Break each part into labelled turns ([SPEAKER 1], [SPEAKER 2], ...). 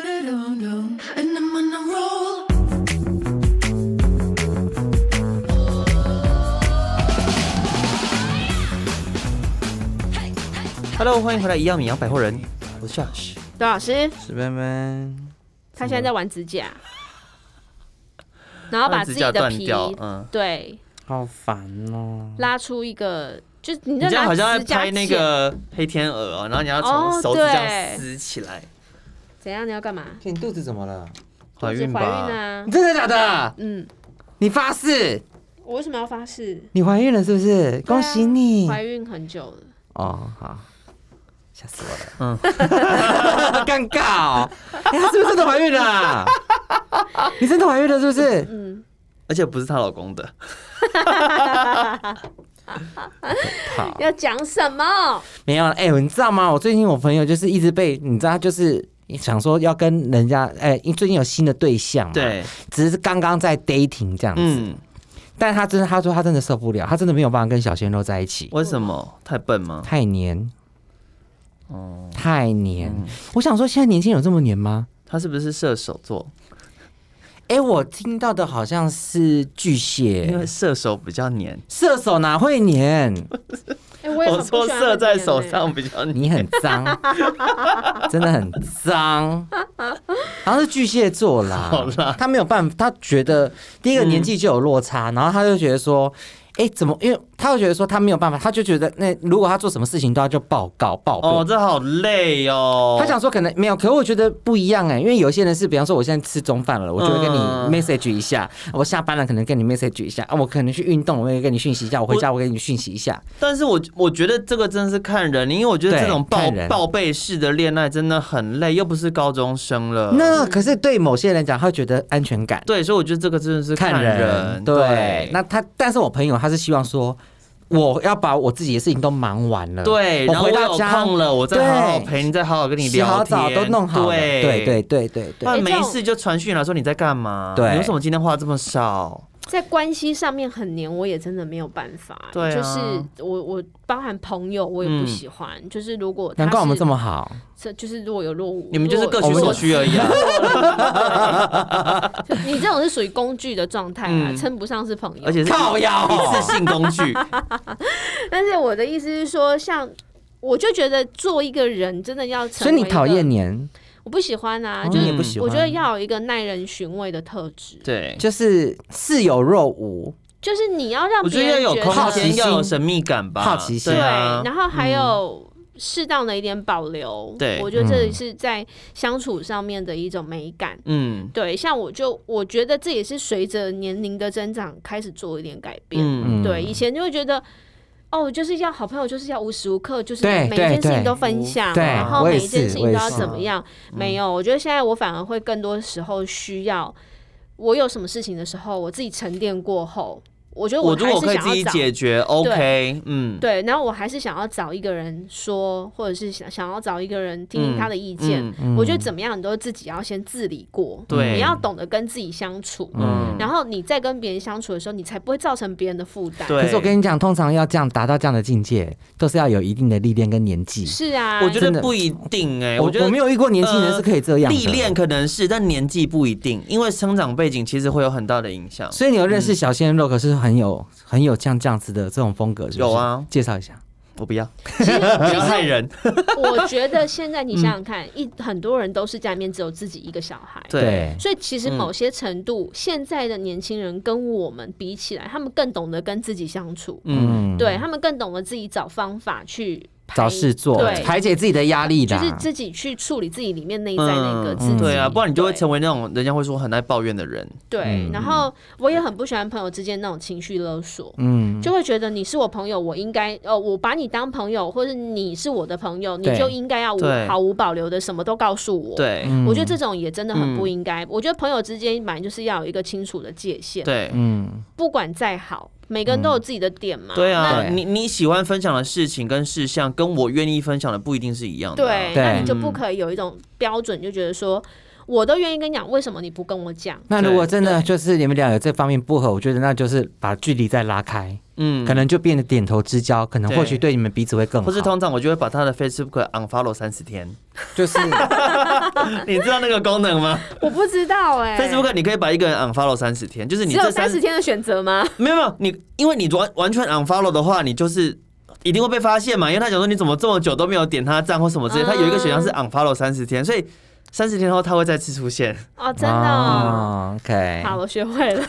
[SPEAKER 1] And I'm on a roll.
[SPEAKER 2] Hello，欢迎回来，一样米阳百货人，我是 Josh。
[SPEAKER 3] 董老师，
[SPEAKER 4] 史班班，
[SPEAKER 3] 他现在在玩指甲，然后把自己
[SPEAKER 2] 他的
[SPEAKER 3] 的
[SPEAKER 2] 指甲断
[SPEAKER 3] 皮
[SPEAKER 2] 掉嗯
[SPEAKER 3] 对
[SPEAKER 4] 好烦哦！
[SPEAKER 3] 拉出一个，就是你
[SPEAKER 2] 你这样好
[SPEAKER 3] 拿
[SPEAKER 2] 像
[SPEAKER 3] 指
[SPEAKER 2] 在
[SPEAKER 3] 甲
[SPEAKER 2] 拍那
[SPEAKER 3] 剪
[SPEAKER 2] 个黑天鹅哦，然后你要从
[SPEAKER 3] 哦
[SPEAKER 2] 手指这样
[SPEAKER 3] 对
[SPEAKER 2] 撕起来，
[SPEAKER 3] 怎样？你要干嘛？
[SPEAKER 4] 哎你肚子怎么了？
[SPEAKER 2] 怀
[SPEAKER 3] 就是
[SPEAKER 2] 孕
[SPEAKER 3] 怀
[SPEAKER 2] 吧？
[SPEAKER 3] 孕啊
[SPEAKER 4] 你！真的假的？
[SPEAKER 3] 嗯，
[SPEAKER 4] 你发誓？
[SPEAKER 3] 我为什么要发誓？
[SPEAKER 4] 你怀孕了是不是？恭喜
[SPEAKER 2] 嗯
[SPEAKER 4] 你！
[SPEAKER 3] 啊怀孕很久了，
[SPEAKER 4] 哦，好，吓死我
[SPEAKER 2] 嗯
[SPEAKER 4] 了。嗯， 尴尬哦。哎，她是不是真的怀孕 了啊？你真的怀孕了是不是？
[SPEAKER 3] 嗯，
[SPEAKER 2] 而且不是她老公的，
[SPEAKER 4] 好，
[SPEAKER 3] 要讲什么？
[SPEAKER 4] 没有。哎，你知道吗？我最近我朋友就是一直被，你知道，她就是想说要跟人家，哎，因为最近有新的对象嘛，，
[SPEAKER 2] 对，
[SPEAKER 4] 只是刚刚在 dating 这样子。
[SPEAKER 2] 嗯，
[SPEAKER 4] 但他真的，他说他真的受不了，他真的没有办法跟小鲜肉在一起，
[SPEAKER 2] 为什么太笨吗？
[SPEAKER 4] 太黏，
[SPEAKER 2] 哦，
[SPEAKER 4] 太黏。我想说，现在年轻人有这么黏吗？
[SPEAKER 2] 他是不是射手座？
[SPEAKER 4] 哎、我听到的好像是巨
[SPEAKER 2] 因为
[SPEAKER 4] 蟹，
[SPEAKER 2] 射手比较黏，
[SPEAKER 4] 射手哪会黏？
[SPEAKER 3] 哎，我 也
[SPEAKER 2] 我
[SPEAKER 3] 很不
[SPEAKER 2] 说
[SPEAKER 3] 喜欢
[SPEAKER 2] 射
[SPEAKER 3] 很
[SPEAKER 2] 在
[SPEAKER 3] 黏
[SPEAKER 2] 手
[SPEAKER 3] 欸，
[SPEAKER 2] 上比较黏，
[SPEAKER 4] 你很 脏，真的很脏，好像是巨蟹座啦。
[SPEAKER 2] 好啦
[SPEAKER 4] 他没有办法，他觉得第一个年纪就有落
[SPEAKER 2] 嗯
[SPEAKER 4] 差，然后他就觉得说。哎、怎么？因为他会觉得说他没有办法，他就觉得那如果他做什么事情都要就报告报备。
[SPEAKER 2] 哦，这好累哦。
[SPEAKER 4] 他想说可能没有，可我觉得不一样哎、因为有些人是，比方说我现在吃中饭了，我就会跟你
[SPEAKER 2] 嗯
[SPEAKER 4] message 一下；我下班了，可能跟你 message 一下；啊，我可能去运动，我会跟你讯息一下；我回家，我跟你讯息一下。
[SPEAKER 2] 但是我我觉得这个真的是看人，因为我觉得
[SPEAKER 4] 对
[SPEAKER 2] 这种报
[SPEAKER 4] 看人
[SPEAKER 2] 报备式的恋爱真的很累，又不是高中生了。
[SPEAKER 4] 那可是对某些人讲，他会觉得安全感。
[SPEAKER 2] 对，所以我觉得这个真的是
[SPEAKER 4] 看
[SPEAKER 2] 人。
[SPEAKER 4] 人，
[SPEAKER 2] 对，
[SPEAKER 4] 对。那他，但是我朋友他是希望说，我要把我自己的事情都忙完了，
[SPEAKER 2] 对，
[SPEAKER 4] 我
[SPEAKER 2] 然后
[SPEAKER 4] 回
[SPEAKER 2] 我
[SPEAKER 4] 到
[SPEAKER 2] 有
[SPEAKER 4] 家
[SPEAKER 2] 空了，我再好好陪你，再好好跟你
[SPEAKER 4] 洗
[SPEAKER 2] 聊天，
[SPEAKER 4] 好澡都弄好了，
[SPEAKER 2] 对
[SPEAKER 4] 对对对对
[SPEAKER 2] 不然
[SPEAKER 4] 对，
[SPEAKER 3] 哎这
[SPEAKER 2] 没
[SPEAKER 3] 种
[SPEAKER 2] 事就传讯来说你在干嘛？
[SPEAKER 4] 对
[SPEAKER 2] 你为什么今天话这么少？
[SPEAKER 3] 在关系上面很黏，我也真的没有办法。欸
[SPEAKER 2] 对啊
[SPEAKER 3] 就是我我包含朋友，我也不
[SPEAKER 2] 嗯
[SPEAKER 3] 喜欢。就是如果他
[SPEAKER 4] 难怪我们
[SPEAKER 3] 是
[SPEAKER 4] 这么好，
[SPEAKER 3] 这就是如果有落伍，
[SPEAKER 2] 你们就是
[SPEAKER 3] 如果
[SPEAKER 2] 各取所需而已啊。
[SPEAKER 3] 就 你这种是属于工具的状态啊，
[SPEAKER 2] 嗯
[SPEAKER 3] 称不上是朋友。
[SPEAKER 2] 而且是
[SPEAKER 4] 靠腰哦
[SPEAKER 2] 一次性工 具，
[SPEAKER 3] 但是我的意思是说，像我就觉得做一个人真的要成
[SPEAKER 4] 所
[SPEAKER 3] 为
[SPEAKER 4] 以
[SPEAKER 3] 一
[SPEAKER 4] 你
[SPEAKER 3] 个，
[SPEAKER 4] 讨厌黏，
[SPEAKER 3] 我不喜欢啊，
[SPEAKER 4] 哦
[SPEAKER 3] 就
[SPEAKER 4] 你
[SPEAKER 3] 是
[SPEAKER 4] 也不喜
[SPEAKER 3] 我
[SPEAKER 4] 欢，
[SPEAKER 3] 觉得要有一个耐人寻味的特质，
[SPEAKER 2] 对。
[SPEAKER 4] 就是似有若无，
[SPEAKER 3] 就是你要让
[SPEAKER 2] 我觉
[SPEAKER 3] 别
[SPEAKER 2] 得要
[SPEAKER 3] 人
[SPEAKER 2] 有
[SPEAKER 3] 觉
[SPEAKER 2] 空啊
[SPEAKER 4] 好奇
[SPEAKER 2] 间，
[SPEAKER 4] 心
[SPEAKER 2] 要有神秘感吧，
[SPEAKER 4] 好奇心
[SPEAKER 2] 对
[SPEAKER 3] 对，
[SPEAKER 2] 啊，
[SPEAKER 3] 然后还有适当的一点保留，
[SPEAKER 2] 对
[SPEAKER 3] 我觉得这也是在相处上面的一种美感。
[SPEAKER 2] 嗯
[SPEAKER 3] 对，像我就我觉得这也是随着年龄的增长开始做一点改变。
[SPEAKER 2] 嗯，
[SPEAKER 4] 嗯
[SPEAKER 3] 对，以前就会觉得。哦，就是要好朋友，就是要无时无刻，就是
[SPEAKER 4] 对
[SPEAKER 3] 每一件事
[SPEAKER 4] 对
[SPEAKER 3] 情
[SPEAKER 4] 对
[SPEAKER 3] 都分享，
[SPEAKER 4] 对
[SPEAKER 3] 然后
[SPEAKER 4] 我也
[SPEAKER 3] 每一件
[SPEAKER 4] 是
[SPEAKER 3] 事情
[SPEAKER 4] 我
[SPEAKER 3] 都
[SPEAKER 4] 也
[SPEAKER 3] 要
[SPEAKER 4] 是嗯
[SPEAKER 3] 怎么样？没有，我觉得现在我反而会更多时候需要，我有什么事情的时候，我自己沉淀过后，我觉得
[SPEAKER 2] 我如
[SPEAKER 3] 还
[SPEAKER 2] 果
[SPEAKER 3] 是
[SPEAKER 2] 可以自
[SPEAKER 3] 想
[SPEAKER 2] 己
[SPEAKER 3] 要找
[SPEAKER 2] 解决，OK，嗯，
[SPEAKER 3] 对，然后我还是想要找一个人说，或者是想想要找一个人听听他的意见。
[SPEAKER 2] 嗯，
[SPEAKER 4] 嗯
[SPEAKER 3] 我觉得怎么样，你都自己要先自理过，
[SPEAKER 2] 对
[SPEAKER 3] 你要懂得跟自己相处，
[SPEAKER 2] 嗯
[SPEAKER 3] 然后你在跟别人相处的时候，你才不会造成别人的负担。
[SPEAKER 2] 对
[SPEAKER 4] 可是我跟你讲，通常要这样达到这样的境界，都是要有一定的历练跟年纪。
[SPEAKER 3] 是啊，
[SPEAKER 2] 我觉
[SPEAKER 4] 真
[SPEAKER 2] 得
[SPEAKER 4] 的
[SPEAKER 2] 不一定哎，
[SPEAKER 4] 我
[SPEAKER 2] 觉得呃
[SPEAKER 4] 我没有遇过年轻人是可以这样的
[SPEAKER 2] 历练，可能是，但年纪不一定，因为生长背景其实会有很大的影响。
[SPEAKER 4] 所以你有认
[SPEAKER 2] 嗯
[SPEAKER 4] 识小鲜肉，可是很有很有像这样子的这种风格，是不是
[SPEAKER 2] 有啊，
[SPEAKER 4] 介绍一下。
[SPEAKER 2] 我不要，
[SPEAKER 3] 其 实
[SPEAKER 2] 不要害人。嗯
[SPEAKER 3] 我觉得现在你想想看，一很多人都是家里面只有自己一个小孩，
[SPEAKER 2] 对，
[SPEAKER 3] 所以其实
[SPEAKER 2] 嗯
[SPEAKER 3] 某些程度，现在的年轻人跟我们比起来，他们更懂得跟自己相处，
[SPEAKER 2] 嗯，
[SPEAKER 3] 对他们更懂得自己找方法去排
[SPEAKER 4] 找事做，
[SPEAKER 3] 对，
[SPEAKER 4] 排解自己的压力
[SPEAKER 3] 就
[SPEAKER 4] 的啊。
[SPEAKER 3] 是自己去处理自己里面内在那个自己。
[SPEAKER 4] 嗯
[SPEAKER 2] 对啊，不然你就会
[SPEAKER 3] 对
[SPEAKER 2] 成为那种人家会说很爱抱怨的人。嗯
[SPEAKER 3] 对。然后我也很不喜欢朋友之间那种情绪勒索。
[SPEAKER 4] 嗯，
[SPEAKER 3] 就会觉得你是我朋友，我应该呃，我把你当朋友，或者你是我的朋友，你
[SPEAKER 4] 对
[SPEAKER 3] 就应该要无
[SPEAKER 2] 对
[SPEAKER 3] 毫无保留的什么都告诉我。，
[SPEAKER 2] 对
[SPEAKER 4] 嗯
[SPEAKER 3] 我觉得这种也真的很不应该。我觉得朋友之间本来就是要有一个清楚的界限，
[SPEAKER 2] 对
[SPEAKER 4] 嗯，
[SPEAKER 3] 不管再好，每个人都有自己的点嘛。
[SPEAKER 2] 对啊，
[SPEAKER 4] 对
[SPEAKER 2] 你你喜欢分享的事情跟事项，跟我愿意分享的不一定是一样的啊。
[SPEAKER 3] 对，
[SPEAKER 4] 对嗯
[SPEAKER 3] 那你就不可以有一种标准，就觉得说我都愿意跟你讲，为什么你不跟我讲？
[SPEAKER 4] 那如果真的就是你们俩有这方面不合，我觉得那就是把距离再拉开。
[SPEAKER 2] 嗯，
[SPEAKER 4] 可能就变得点头之交，可能
[SPEAKER 2] 对
[SPEAKER 4] 或许对你们彼此会更好。
[SPEAKER 2] 或是通常我就会把他的 Facebook unfollow 三十天，
[SPEAKER 4] 就是
[SPEAKER 2] 你知道那个功能 吗
[SPEAKER 3] 我不知道哎、
[SPEAKER 2] ？Facebook 你可以把一个人 unfollow 三十天，就是你
[SPEAKER 3] 只有
[SPEAKER 2] 这
[SPEAKER 3] 三十天的选择吗？
[SPEAKER 2] 没有没有你，因为你完完全 unfollow 的话，你就是一定会被发现嘛，因为他想说你怎么这么久都没有点他赞或什么之类，他有一个选项是 unfollow 三十天，所以三十天后他会再次出现。
[SPEAKER 3] 哦，真的哦、
[SPEAKER 4] 哦 OK，
[SPEAKER 3] 好，我学会了。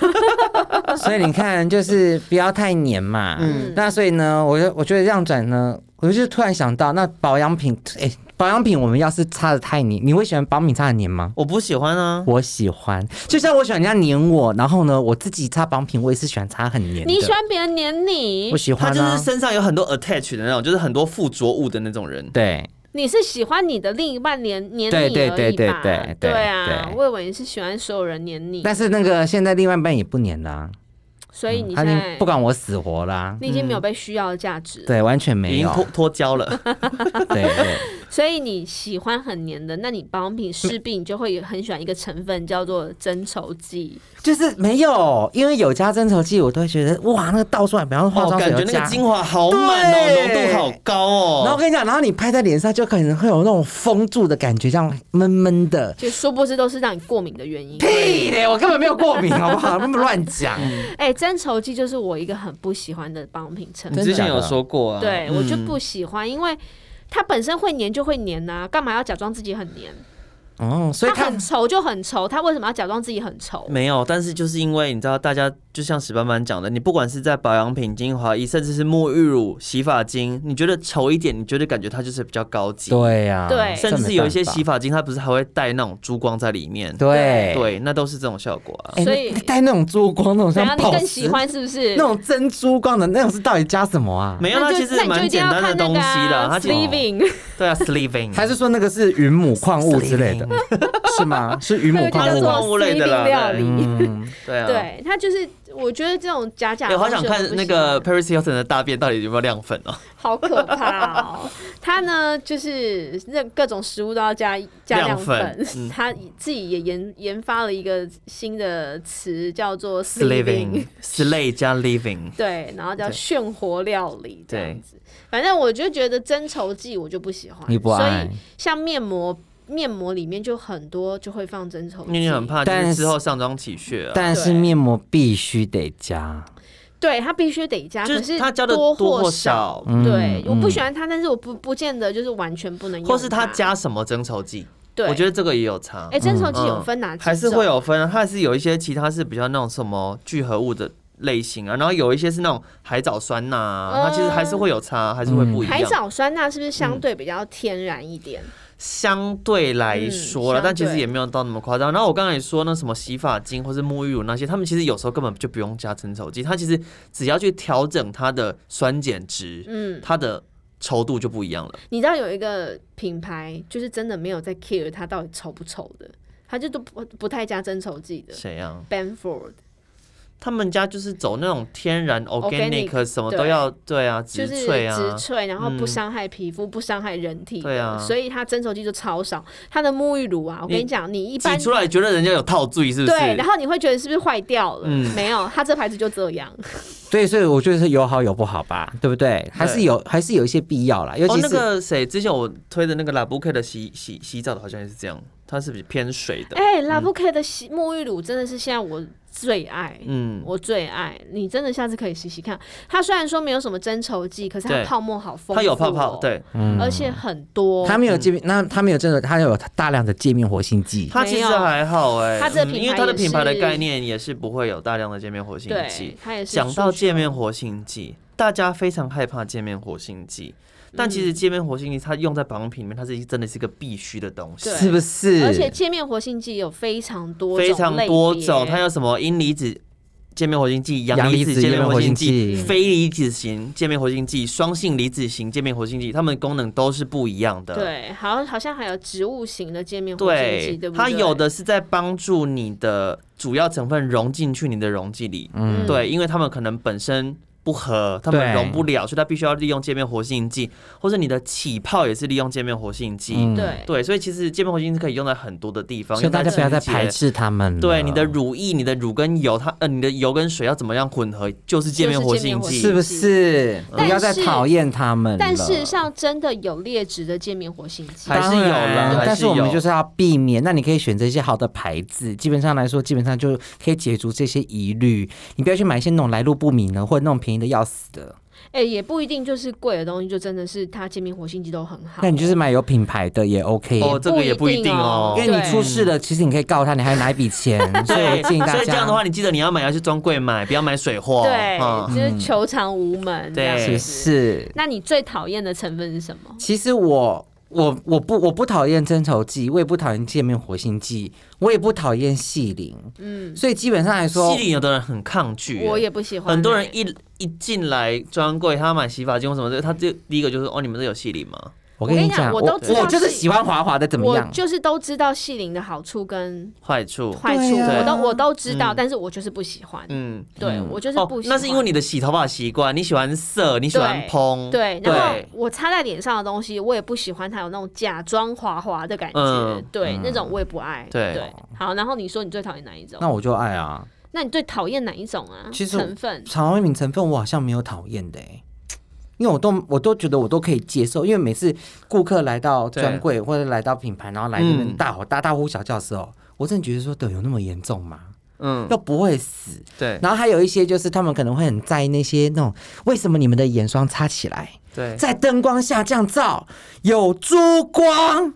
[SPEAKER 4] 所以你看，就是不要太黏嘛。嗯
[SPEAKER 2] 嗯，
[SPEAKER 4] 那所以呢，我就我觉得这样转呢，我就突然想到，那保养品，哎、保养品我们要是擦的太黏，你会喜欢保养品擦的黏吗？
[SPEAKER 2] 我不喜欢啊，
[SPEAKER 4] 我喜欢，就像我喜欢人家黏我，然后呢，我自己擦保养品，我也是喜欢擦很黏的。
[SPEAKER 3] 你喜？欢别人黏你
[SPEAKER 4] 我，喜
[SPEAKER 2] 他
[SPEAKER 4] 欢
[SPEAKER 2] 就
[SPEAKER 4] 啊
[SPEAKER 2] 是。身上有很多 attach 的那种，就是很多附着物的那种人。
[SPEAKER 4] 对，
[SPEAKER 3] 你是喜欢你的另一半黏黏你而
[SPEAKER 4] 对
[SPEAKER 3] 已吧？
[SPEAKER 4] 对对对对对
[SPEAKER 3] 对啊，
[SPEAKER 4] 对
[SPEAKER 3] 我以为你是喜欢所有人黏你，
[SPEAKER 4] 但是那个现在另外一半也不黏啦、
[SPEAKER 3] 所以你
[SPEAKER 4] 他
[SPEAKER 3] 现
[SPEAKER 4] 已经
[SPEAKER 3] 在
[SPEAKER 4] 嗯不嗯管我死活啦、
[SPEAKER 3] 你已经没有被需要的价值，
[SPEAKER 4] 对，完全
[SPEAKER 2] 已
[SPEAKER 4] 没
[SPEAKER 2] 经
[SPEAKER 4] 有
[SPEAKER 2] 脱。脱胶 了，哦
[SPEAKER 4] 对 对，
[SPEAKER 3] 所以你喜欢很黏的，那你保养品势必你就会很喜欢一个成分叫做增稠剂，
[SPEAKER 4] 就是没有，因为有加增稠剂，我都会觉得哇，那个倒出来，比方说化
[SPEAKER 2] 哦，
[SPEAKER 4] 妆水
[SPEAKER 2] 感觉
[SPEAKER 4] 有
[SPEAKER 2] 那
[SPEAKER 4] 加
[SPEAKER 2] 个精华好满哦，浓
[SPEAKER 4] 对
[SPEAKER 2] 度好高哦。
[SPEAKER 4] 然后我跟你讲，然后你拍在脸上就可能会有那种封住的感觉，这样闷闷的。
[SPEAKER 3] 就殊不知都是让你过敏的原因。
[SPEAKER 4] 屁嘞！我根本没有过敏，好不好？那么乱讲。
[SPEAKER 3] 哎、增稠剂就是我一个很不喜欢的保养品成
[SPEAKER 2] 你
[SPEAKER 3] 分，
[SPEAKER 2] 之前有说过啊，
[SPEAKER 3] 对、
[SPEAKER 2] 嗯
[SPEAKER 3] 我就不喜欢，因为它本身会黏就会黏呐、干嘛要假装自己很黏？
[SPEAKER 4] 哦，所以
[SPEAKER 3] 它
[SPEAKER 4] 他
[SPEAKER 3] 很稠就很稠，它为什么要假装自己很稠？
[SPEAKER 2] 没有，但是就是因为你知道，大家就像史班班讲的，你不管是在保养品、精华液，甚至是沐浴乳、洗发精，你觉得稠一点，你觉得感觉它就是比较高级。
[SPEAKER 4] 对啊呀、
[SPEAKER 3] 对
[SPEAKER 2] 甚至是有一些
[SPEAKER 4] 这没办法
[SPEAKER 2] 洗发精，它不是还会带那种珠光在里面。
[SPEAKER 4] 对
[SPEAKER 2] 对，那都是这种效果啊。
[SPEAKER 4] 哎
[SPEAKER 3] 所以
[SPEAKER 4] 那那戴那种珠光那种
[SPEAKER 3] 怎
[SPEAKER 4] 像
[SPEAKER 3] 样？你
[SPEAKER 4] 宝
[SPEAKER 3] 更
[SPEAKER 4] 石
[SPEAKER 3] 喜欢是不是？
[SPEAKER 4] 那种珍珠光的那种是到底加什么啊？
[SPEAKER 2] 没有，
[SPEAKER 3] 那
[SPEAKER 2] 它
[SPEAKER 3] 就
[SPEAKER 2] 其实蛮简单的东西啦。它
[SPEAKER 3] 那
[SPEAKER 2] 其
[SPEAKER 3] 你
[SPEAKER 2] 实
[SPEAKER 3] 就一定要看那个啊 sleeving，
[SPEAKER 2] 对啊，sleeving
[SPEAKER 4] 还是说那个是云母矿物之类的， 是吗？是 云
[SPEAKER 3] 那
[SPEAKER 4] 母
[SPEAKER 3] 个
[SPEAKER 4] 矿
[SPEAKER 3] 叫
[SPEAKER 4] 物
[SPEAKER 2] 吗
[SPEAKER 4] 吗？
[SPEAKER 3] 做 sleeving 料理。
[SPEAKER 4] 嗯，
[SPEAKER 2] 对啊。
[SPEAKER 3] 对，它就是我觉得这种假假
[SPEAKER 2] 哎、
[SPEAKER 3] 的
[SPEAKER 2] 我好
[SPEAKER 3] 东
[SPEAKER 2] 想
[SPEAKER 3] 西我都不喜
[SPEAKER 2] 看
[SPEAKER 3] 欢，
[SPEAKER 2] 那个 Paris Hilton 的大便到底有没有亮 粉哦、
[SPEAKER 3] 好可怕哦！他呢，就是那各种食物都要加 加
[SPEAKER 2] 亮
[SPEAKER 3] 亮粉，
[SPEAKER 2] 粉嗯
[SPEAKER 3] 他自己也研研发了一个新的词，叫做 sleeving
[SPEAKER 2] Sleeving。slay 加 living，
[SPEAKER 3] 对，然后叫
[SPEAKER 2] 对
[SPEAKER 3] 炫活料理这样子。反正我就觉得增稠剂我就不喜欢，
[SPEAKER 4] 你不
[SPEAKER 3] 所
[SPEAKER 4] 爱
[SPEAKER 3] 以，像面膜，面膜里面就很多就会放增稠剂。
[SPEAKER 2] 因为你很怕就
[SPEAKER 4] 但
[SPEAKER 2] 是
[SPEAKER 4] 是
[SPEAKER 2] 之后上妆起屑啊。
[SPEAKER 4] 但 是
[SPEAKER 3] 对
[SPEAKER 4] 面膜必须得加。
[SPEAKER 3] 对，它必须得加，
[SPEAKER 2] 就是
[SPEAKER 3] 啊可是
[SPEAKER 2] 它加的
[SPEAKER 3] 多
[SPEAKER 2] 多或
[SPEAKER 3] 少
[SPEAKER 2] 少。
[SPEAKER 4] 嗯
[SPEAKER 3] 对，我不
[SPEAKER 4] 嗯
[SPEAKER 3] 喜欢它，但是我不不见得就是完全不能用它，
[SPEAKER 2] 或是他加什么增稠剂，
[SPEAKER 3] 对，
[SPEAKER 2] 我觉得这个也有差。
[SPEAKER 3] 哎、增稠剂
[SPEAKER 2] 嗯
[SPEAKER 3] 有分哪几种？
[SPEAKER 2] 还是会有分啊，它还是有一些其他是比较那种什么聚合物的类型啊，然后有一些是那种海藻酸钠、啊它
[SPEAKER 3] 嗯
[SPEAKER 2] 其实还是会有差，还是会不一
[SPEAKER 3] 海
[SPEAKER 2] 样。
[SPEAKER 3] 藻酸钠是不是相对比较天然一点？
[SPEAKER 2] 相对来说了，
[SPEAKER 3] 嗯
[SPEAKER 2] 但其
[SPEAKER 3] 相
[SPEAKER 2] 实
[SPEAKER 3] 对
[SPEAKER 2] 也没有到那么夸张。然后我刚才也说那什么洗发精或是沐浴乳那些，他们其实有时候根本就不用加增稠剂，它其实只要去调整它的酸碱值，
[SPEAKER 3] 嗯，
[SPEAKER 2] 它的稠度就不一样了。
[SPEAKER 3] 你知道有一个品牌就是真的没有在 care 它到底稠不稠的，它就都不不太加增稠剂的。
[SPEAKER 2] 谁啊呀、
[SPEAKER 3] Benford
[SPEAKER 2] 他们家就是走那种天然
[SPEAKER 3] Organic，
[SPEAKER 2] organic，什么都
[SPEAKER 3] 对
[SPEAKER 2] 要对啊，
[SPEAKER 3] 就
[SPEAKER 2] 植
[SPEAKER 3] 是
[SPEAKER 2] 萃啊，
[SPEAKER 3] 植萃，然后不
[SPEAKER 2] 嗯
[SPEAKER 3] 伤害皮肤，不伤害人体的，
[SPEAKER 2] 对啊
[SPEAKER 3] 所以它增稠剂就超少。它的沐浴乳啊，我跟你
[SPEAKER 2] 你
[SPEAKER 3] 讲，你一
[SPEAKER 2] 挤
[SPEAKER 3] 般
[SPEAKER 2] 出来觉得人家有套罪是不是？
[SPEAKER 3] 对，然后你会觉得是不是坏掉了？
[SPEAKER 2] 嗯
[SPEAKER 3] 没有，它这牌子就这样。
[SPEAKER 4] 对，所以我觉得是有好有不好吧，对不对？还是有还是有一些必要啦，尤
[SPEAKER 2] 哦，
[SPEAKER 4] 其
[SPEAKER 2] 那
[SPEAKER 4] 是、
[SPEAKER 2] 个谁，之前我推的那个 La b o u q u e 的洗洗洗澡的，好像也是这样，它是比偏水的。
[SPEAKER 3] 哎、拉布 K 的洗沐浴乳真的是现在我最爱，
[SPEAKER 2] 嗯，
[SPEAKER 3] 我最爱，你真的下次可以洗洗看。它虽然说没有什么增稠剂，可是它
[SPEAKER 2] 对
[SPEAKER 3] 泡沫好丰富、哦
[SPEAKER 2] 它有泡泡，，对，
[SPEAKER 4] 嗯
[SPEAKER 3] 而且很多。
[SPEAKER 4] 它没有界面，那它没有真的，它有大量的界面活性剂。
[SPEAKER 2] 它其实还好哎、
[SPEAKER 3] 它这个品牌
[SPEAKER 2] 因为它的品牌的
[SPEAKER 3] 也是
[SPEAKER 2] 概念也是不会有大量的界面活性
[SPEAKER 3] 对
[SPEAKER 2] 剂。，
[SPEAKER 3] 它也是
[SPEAKER 2] 讲到
[SPEAKER 3] 出去
[SPEAKER 2] 界面活性剂，大家非常害怕界面活性剂，但
[SPEAKER 3] 嗯
[SPEAKER 2] 其实界面活性剂它用在保养品里面，它是一真的是一个必须的东西
[SPEAKER 3] 对。
[SPEAKER 4] 是不是？
[SPEAKER 3] 而且界面活性剂有非常多种
[SPEAKER 2] 非常多种，
[SPEAKER 3] 类别
[SPEAKER 2] 它有什么阴离子界面活性剂、
[SPEAKER 4] 阳
[SPEAKER 2] 阳离
[SPEAKER 4] 离
[SPEAKER 2] 子
[SPEAKER 4] 子
[SPEAKER 2] 界面活性
[SPEAKER 4] 界面活
[SPEAKER 2] 剂、
[SPEAKER 4] 性剂
[SPEAKER 2] 非离子型界面活性剂、双性离子型界面活性剂，它们功能都是不一样的。
[SPEAKER 3] 对，好好像还有植物型的界面活性剂，
[SPEAKER 2] 对，
[SPEAKER 3] 对不对？
[SPEAKER 2] 它有的是在帮助你的主要成分融进去你的溶剂里，
[SPEAKER 3] 嗯
[SPEAKER 2] 对，因为它们可能本身不合，他们
[SPEAKER 4] 对
[SPEAKER 2] 融不了，所以他必须要利用界面活性剂，或者你的起泡也是利用界面活性剂。
[SPEAKER 4] 嗯
[SPEAKER 3] 对，
[SPEAKER 2] 对，所以其实界面活性剂可以用在很多的地方，
[SPEAKER 4] 所以大家不要再排
[SPEAKER 2] 斥。
[SPEAKER 4] 斥他们了。
[SPEAKER 2] 对你的乳液、你的乳跟油，它呃，你的油跟水要怎么样混合，就是界面活性
[SPEAKER 3] 就是界面活性
[SPEAKER 2] 剂。
[SPEAKER 4] 是不是？
[SPEAKER 3] 但是
[SPEAKER 4] 不要再讨厌他们了。
[SPEAKER 3] 但事实上真的有劣质的界面活性剂
[SPEAKER 2] 还。是有啦
[SPEAKER 4] 当
[SPEAKER 2] 还
[SPEAKER 4] 然
[SPEAKER 2] 是有
[SPEAKER 4] 但是我们就是要避免。那你可以选择一些好的牌子，基本上来说，基本上就可以解除这些疑虑。你不要去买一些那种来路不明的，或者那种便宜的要死的。
[SPEAKER 3] 哎、也不一定就是贵的东西，就真的是它界面活性剂都很好。
[SPEAKER 4] 那你就是买有品牌的也 OK。
[SPEAKER 2] 哦，这个也不一
[SPEAKER 3] 不一
[SPEAKER 2] 定
[SPEAKER 3] 定
[SPEAKER 2] 哦
[SPEAKER 3] 哦。
[SPEAKER 4] 因为你出事了，其实你可以告他，你还拿一笔钱，所以我
[SPEAKER 2] 对，
[SPEAKER 4] 建议大
[SPEAKER 2] 所以这样的话，
[SPEAKER 4] 家，
[SPEAKER 2] 你记得你要买要去专柜买，不要买水货。
[SPEAKER 3] 对，
[SPEAKER 2] 嗯
[SPEAKER 3] 就是求偿无门这样
[SPEAKER 2] 对
[SPEAKER 3] 子。
[SPEAKER 4] 是不是？
[SPEAKER 3] 那你最讨厌的成分是什么？
[SPEAKER 4] 其实我我我不我不讨厌增稠剂，我也不讨厌界面活性剂，我也不讨厌细鳞，
[SPEAKER 3] 嗯，
[SPEAKER 4] 所以基本上来说
[SPEAKER 2] 西，里有的人很抗拒，
[SPEAKER 3] 我也不喜欢欸。
[SPEAKER 2] 很多人一一进来专柜，他买洗发精或什么的，他就第一个就是哦，你们这有细鳞吗？
[SPEAKER 4] 我
[SPEAKER 3] 跟
[SPEAKER 4] 跟
[SPEAKER 3] 你
[SPEAKER 4] 你
[SPEAKER 3] 讲
[SPEAKER 4] 讲，
[SPEAKER 3] 我
[SPEAKER 4] 我
[SPEAKER 3] 都知道
[SPEAKER 4] 我就是
[SPEAKER 3] 是
[SPEAKER 4] 喜欢滑滑的，怎么
[SPEAKER 3] 我
[SPEAKER 4] 样？
[SPEAKER 3] 就是都知道细鳞的好处跟
[SPEAKER 2] 坏处，
[SPEAKER 3] 坏处，
[SPEAKER 4] 对啊
[SPEAKER 3] 我都我都知道，
[SPEAKER 2] 嗯
[SPEAKER 3] 但是我就是不喜欢。
[SPEAKER 2] 嗯，
[SPEAKER 3] 对
[SPEAKER 4] 嗯
[SPEAKER 3] 我就是
[SPEAKER 2] 哦
[SPEAKER 3] 不，喜欢。
[SPEAKER 2] 那是因为你的洗头发习惯，你喜欢色，你喜欢
[SPEAKER 3] 对
[SPEAKER 2] 蓬，
[SPEAKER 3] 对，然后
[SPEAKER 2] 对
[SPEAKER 3] 我擦在脸上的东西，我也不喜欢它有那种假装滑滑的感觉，
[SPEAKER 2] 嗯
[SPEAKER 3] 对，
[SPEAKER 4] 嗯
[SPEAKER 3] 那种我也不爱。
[SPEAKER 2] 对
[SPEAKER 3] 好，然后你说你最讨厌哪一种？
[SPEAKER 4] 那我就爱啊，
[SPEAKER 3] 那你最讨厌哪一种啊？
[SPEAKER 4] 其实我
[SPEAKER 3] 成分
[SPEAKER 4] 肠胃敏成分我好像没有讨厌的、欸，因为我都我都觉得我都可以接受，因为每次顾客来到专柜或者来到品牌，然后来那边
[SPEAKER 2] 嗯
[SPEAKER 4] 大吼大大呼小叫的时候，我真的觉得说，对，有那么严重吗？
[SPEAKER 2] 嗯，
[SPEAKER 4] 又不会死。
[SPEAKER 2] 对
[SPEAKER 4] 然后还有一些就是他们可能会很在意那些那种，为什么你们的眼霜擦起来
[SPEAKER 2] 对，
[SPEAKER 4] 在灯光下这样照有珠光？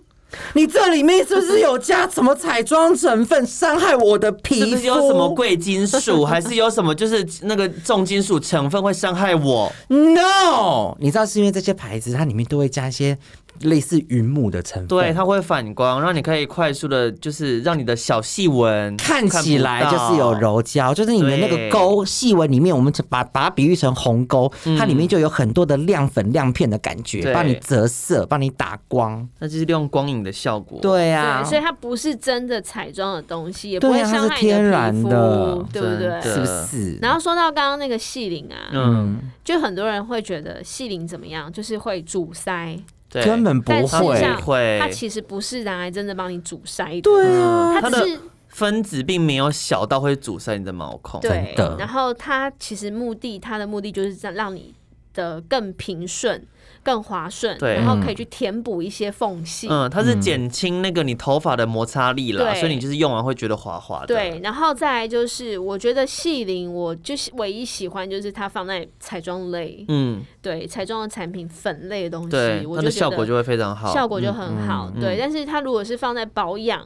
[SPEAKER 4] 你这里面是不是有加什么彩妆成分伤害我的
[SPEAKER 2] 是
[SPEAKER 4] 皮
[SPEAKER 2] 不
[SPEAKER 4] 肤？
[SPEAKER 2] 是有什么贵金 属，还是有什么就是那个重金属成分会伤害我？
[SPEAKER 4] No，你知道是因为这些牌子它里面都会加一些类似云母的成分，
[SPEAKER 2] 对，它会反光，让你可以快速的，就是让你的小细纹
[SPEAKER 4] 看起来
[SPEAKER 2] 不
[SPEAKER 4] 就
[SPEAKER 2] 到
[SPEAKER 4] 是有。柔焦，就是你的那个
[SPEAKER 2] 对
[SPEAKER 4] 沟细纹里面，我们就把把它比喻成红沟，它里面就有很多的亮粉亮片的感觉，
[SPEAKER 2] 嗯对
[SPEAKER 4] 帮你折射，帮你打光。
[SPEAKER 2] 那就是利用光影的效果。，
[SPEAKER 4] 对啊
[SPEAKER 3] 对，，所以它不是真的彩妆的东西，也不
[SPEAKER 4] 对
[SPEAKER 3] 会
[SPEAKER 4] 啊它
[SPEAKER 3] 伤
[SPEAKER 4] 是
[SPEAKER 3] 害你
[SPEAKER 4] 天
[SPEAKER 3] 的
[SPEAKER 4] 然
[SPEAKER 3] 皮肤
[SPEAKER 4] 的，
[SPEAKER 3] 对不
[SPEAKER 2] 真
[SPEAKER 3] 对
[SPEAKER 2] 的？
[SPEAKER 4] 是不是？
[SPEAKER 3] 然后说到刚刚那个细鳞啊，
[SPEAKER 2] 嗯，
[SPEAKER 3] 就很多人会觉得细鳞怎么样，就是会阻塞，
[SPEAKER 2] 对，
[SPEAKER 4] 根本不
[SPEAKER 3] 但事实
[SPEAKER 4] 会，
[SPEAKER 3] 上
[SPEAKER 2] 不会
[SPEAKER 3] 它其实不是拿来真的帮你阻塞的，嗯
[SPEAKER 4] 对啊，
[SPEAKER 3] 它
[SPEAKER 2] 它
[SPEAKER 3] 只
[SPEAKER 2] 的
[SPEAKER 3] 是
[SPEAKER 2] 分子并没有小到会阻塞你的毛孔。
[SPEAKER 3] 对
[SPEAKER 4] 真的，
[SPEAKER 3] 然后它其实目的，它的目的就是让让你的更平顺、更滑顺，
[SPEAKER 4] 嗯
[SPEAKER 2] 对
[SPEAKER 3] 然后可以去填补一些缝隙。
[SPEAKER 2] 嗯，它是减轻那个你头发的摩擦力啦，
[SPEAKER 3] 对
[SPEAKER 2] 所以你就是用完会觉得滑滑的。
[SPEAKER 3] 对，，然后再来就是，我觉得细鳞，我就是唯一喜欢就是它放在彩妆类，
[SPEAKER 2] 嗯，
[SPEAKER 3] 对彩妆的产品粉类的东
[SPEAKER 2] 对
[SPEAKER 3] 西，，我
[SPEAKER 2] 它
[SPEAKER 3] 就
[SPEAKER 2] 的
[SPEAKER 3] 觉
[SPEAKER 2] 效
[SPEAKER 3] 得
[SPEAKER 2] 果就会非常好。
[SPEAKER 3] 效果就很好，
[SPEAKER 2] 嗯
[SPEAKER 3] 对。
[SPEAKER 2] 嗯
[SPEAKER 3] 但是它如果是放在保养、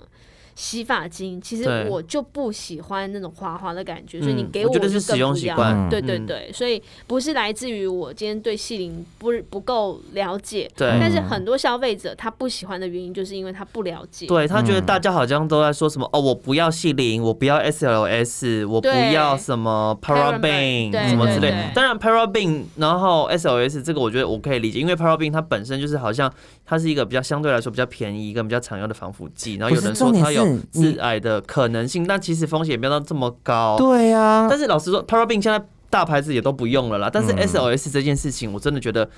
[SPEAKER 3] 洗发精，其实
[SPEAKER 2] 对
[SPEAKER 3] 我就不喜欢那种滑滑的感觉，所以你
[SPEAKER 2] 嗯
[SPEAKER 3] 给
[SPEAKER 2] 我
[SPEAKER 3] 我
[SPEAKER 2] 觉得
[SPEAKER 3] 就是更
[SPEAKER 2] 使用
[SPEAKER 3] 不
[SPEAKER 2] 习
[SPEAKER 3] 要
[SPEAKER 2] 惯
[SPEAKER 4] 嗯
[SPEAKER 3] 对对
[SPEAKER 2] 嗯
[SPEAKER 3] 对，所以不是来自于我今天对细鳞不不够了解，
[SPEAKER 2] 对
[SPEAKER 3] 但是很多消费者他不喜欢的原因，就是因为他不了解，
[SPEAKER 2] 对他觉
[SPEAKER 4] 嗯
[SPEAKER 2] 得大家好像都在说什么、哦，我不要细鳞，我不要 SLS，我不
[SPEAKER 3] 对
[SPEAKER 2] 要什么
[SPEAKER 3] Paraben，
[SPEAKER 2] paraben
[SPEAKER 3] 对
[SPEAKER 2] 什么之
[SPEAKER 4] 对
[SPEAKER 2] 类
[SPEAKER 4] 对。
[SPEAKER 2] 当然 paraben，然后 SLS 这个我觉得我可以理解，因为 paraben 它本身就是好像它是一个比较相对来说比较便宜跟比较常用的防腐剂，然后有人说它有
[SPEAKER 4] 不是重点是你
[SPEAKER 2] 致癌的可能性，但其实风险也没有到这么高。
[SPEAKER 4] 对啊，
[SPEAKER 2] 但是老实说，paraben 现在大牌子也都不用了啦。但是 SLS 这件事情，我真的觉得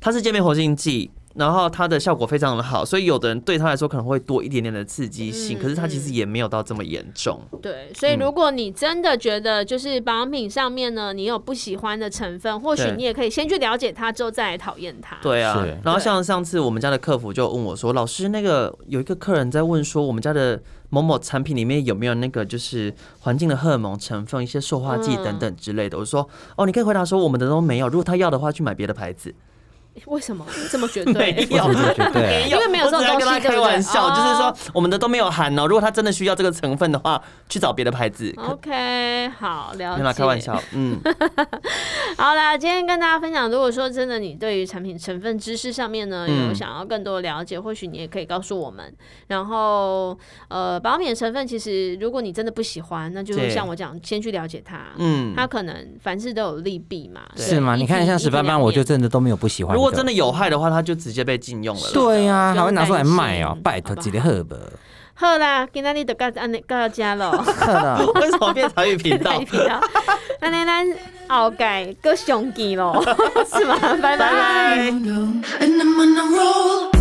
[SPEAKER 2] 它是界面活性剂，然后它的效果非常的好，所以有的人对它来说可能会多一点点的刺激性，
[SPEAKER 3] 嗯
[SPEAKER 2] 可是它其实也没有到这么严重。
[SPEAKER 3] 对，所
[SPEAKER 2] 嗯
[SPEAKER 3] 以如果你真的觉得就是保养品上面呢，你有不喜欢的成分，或许
[SPEAKER 2] 对
[SPEAKER 3] 你也可以先去了解它，之后再来讨厌它。
[SPEAKER 2] 对啊
[SPEAKER 4] 是，
[SPEAKER 2] 然后像上次我们家的客服就问我说：“老师，那个有一个客人在问说，我们家的某某产品里面有没有那个就是环境的荷尔蒙成分、一些塑化剂
[SPEAKER 3] 嗯
[SPEAKER 2] 等等之类的？”我说：“哦，你可以回答说我们的都没有，如果他要的话，去买别的牌子。”
[SPEAKER 3] 为什么这么 绝
[SPEAKER 2] 没
[SPEAKER 3] 对？
[SPEAKER 2] 有，
[SPEAKER 4] 我真的觉得
[SPEAKER 2] 没有，
[SPEAKER 3] 因为没有这种
[SPEAKER 2] 我只在跟他
[SPEAKER 3] 东西对不
[SPEAKER 2] 开
[SPEAKER 3] 对
[SPEAKER 2] 玩笑，
[SPEAKER 3] 哦
[SPEAKER 2] 就是说我们的都没有含哦。如果他真的需要这个成分的话，去找别的牌子。
[SPEAKER 3] 哦 OK，好，了
[SPEAKER 2] 跟
[SPEAKER 3] 解。
[SPEAKER 2] 他开玩笑，嗯，
[SPEAKER 3] 好啦，今天跟大家分享，如果说真的你对于产品成分知识上面呢
[SPEAKER 2] 嗯
[SPEAKER 3] 有想要更多的了解，或许你也可以告诉我们。然后呃，保养品的成分其实如果你真的不喜欢，那就
[SPEAKER 2] 对
[SPEAKER 3] 像我讲，先去了解它。
[SPEAKER 2] 嗯
[SPEAKER 3] 它可能凡事都有利弊嘛。
[SPEAKER 2] 对
[SPEAKER 4] 是吗？
[SPEAKER 3] 一
[SPEAKER 4] 你看
[SPEAKER 3] 体
[SPEAKER 4] 像史斑斑，我就。真的都没有不喜欢。
[SPEAKER 2] 如果真 的有害的话，他就直接被禁用了啦。
[SPEAKER 4] 对呀、
[SPEAKER 3] 不用
[SPEAKER 4] 还会拿出来
[SPEAKER 3] 担心
[SPEAKER 4] 卖哦、拜托，
[SPEAKER 3] 好不好
[SPEAKER 4] 几粒赫吧。
[SPEAKER 3] 好啦，今天你 就到安尼到家咯。
[SPEAKER 4] 好了
[SPEAKER 2] 为什么变成台语频道
[SPEAKER 3] 太？平了。安尼咱后盖各兄弟咯，是吗？拜拜。
[SPEAKER 1] And I'm on a roll.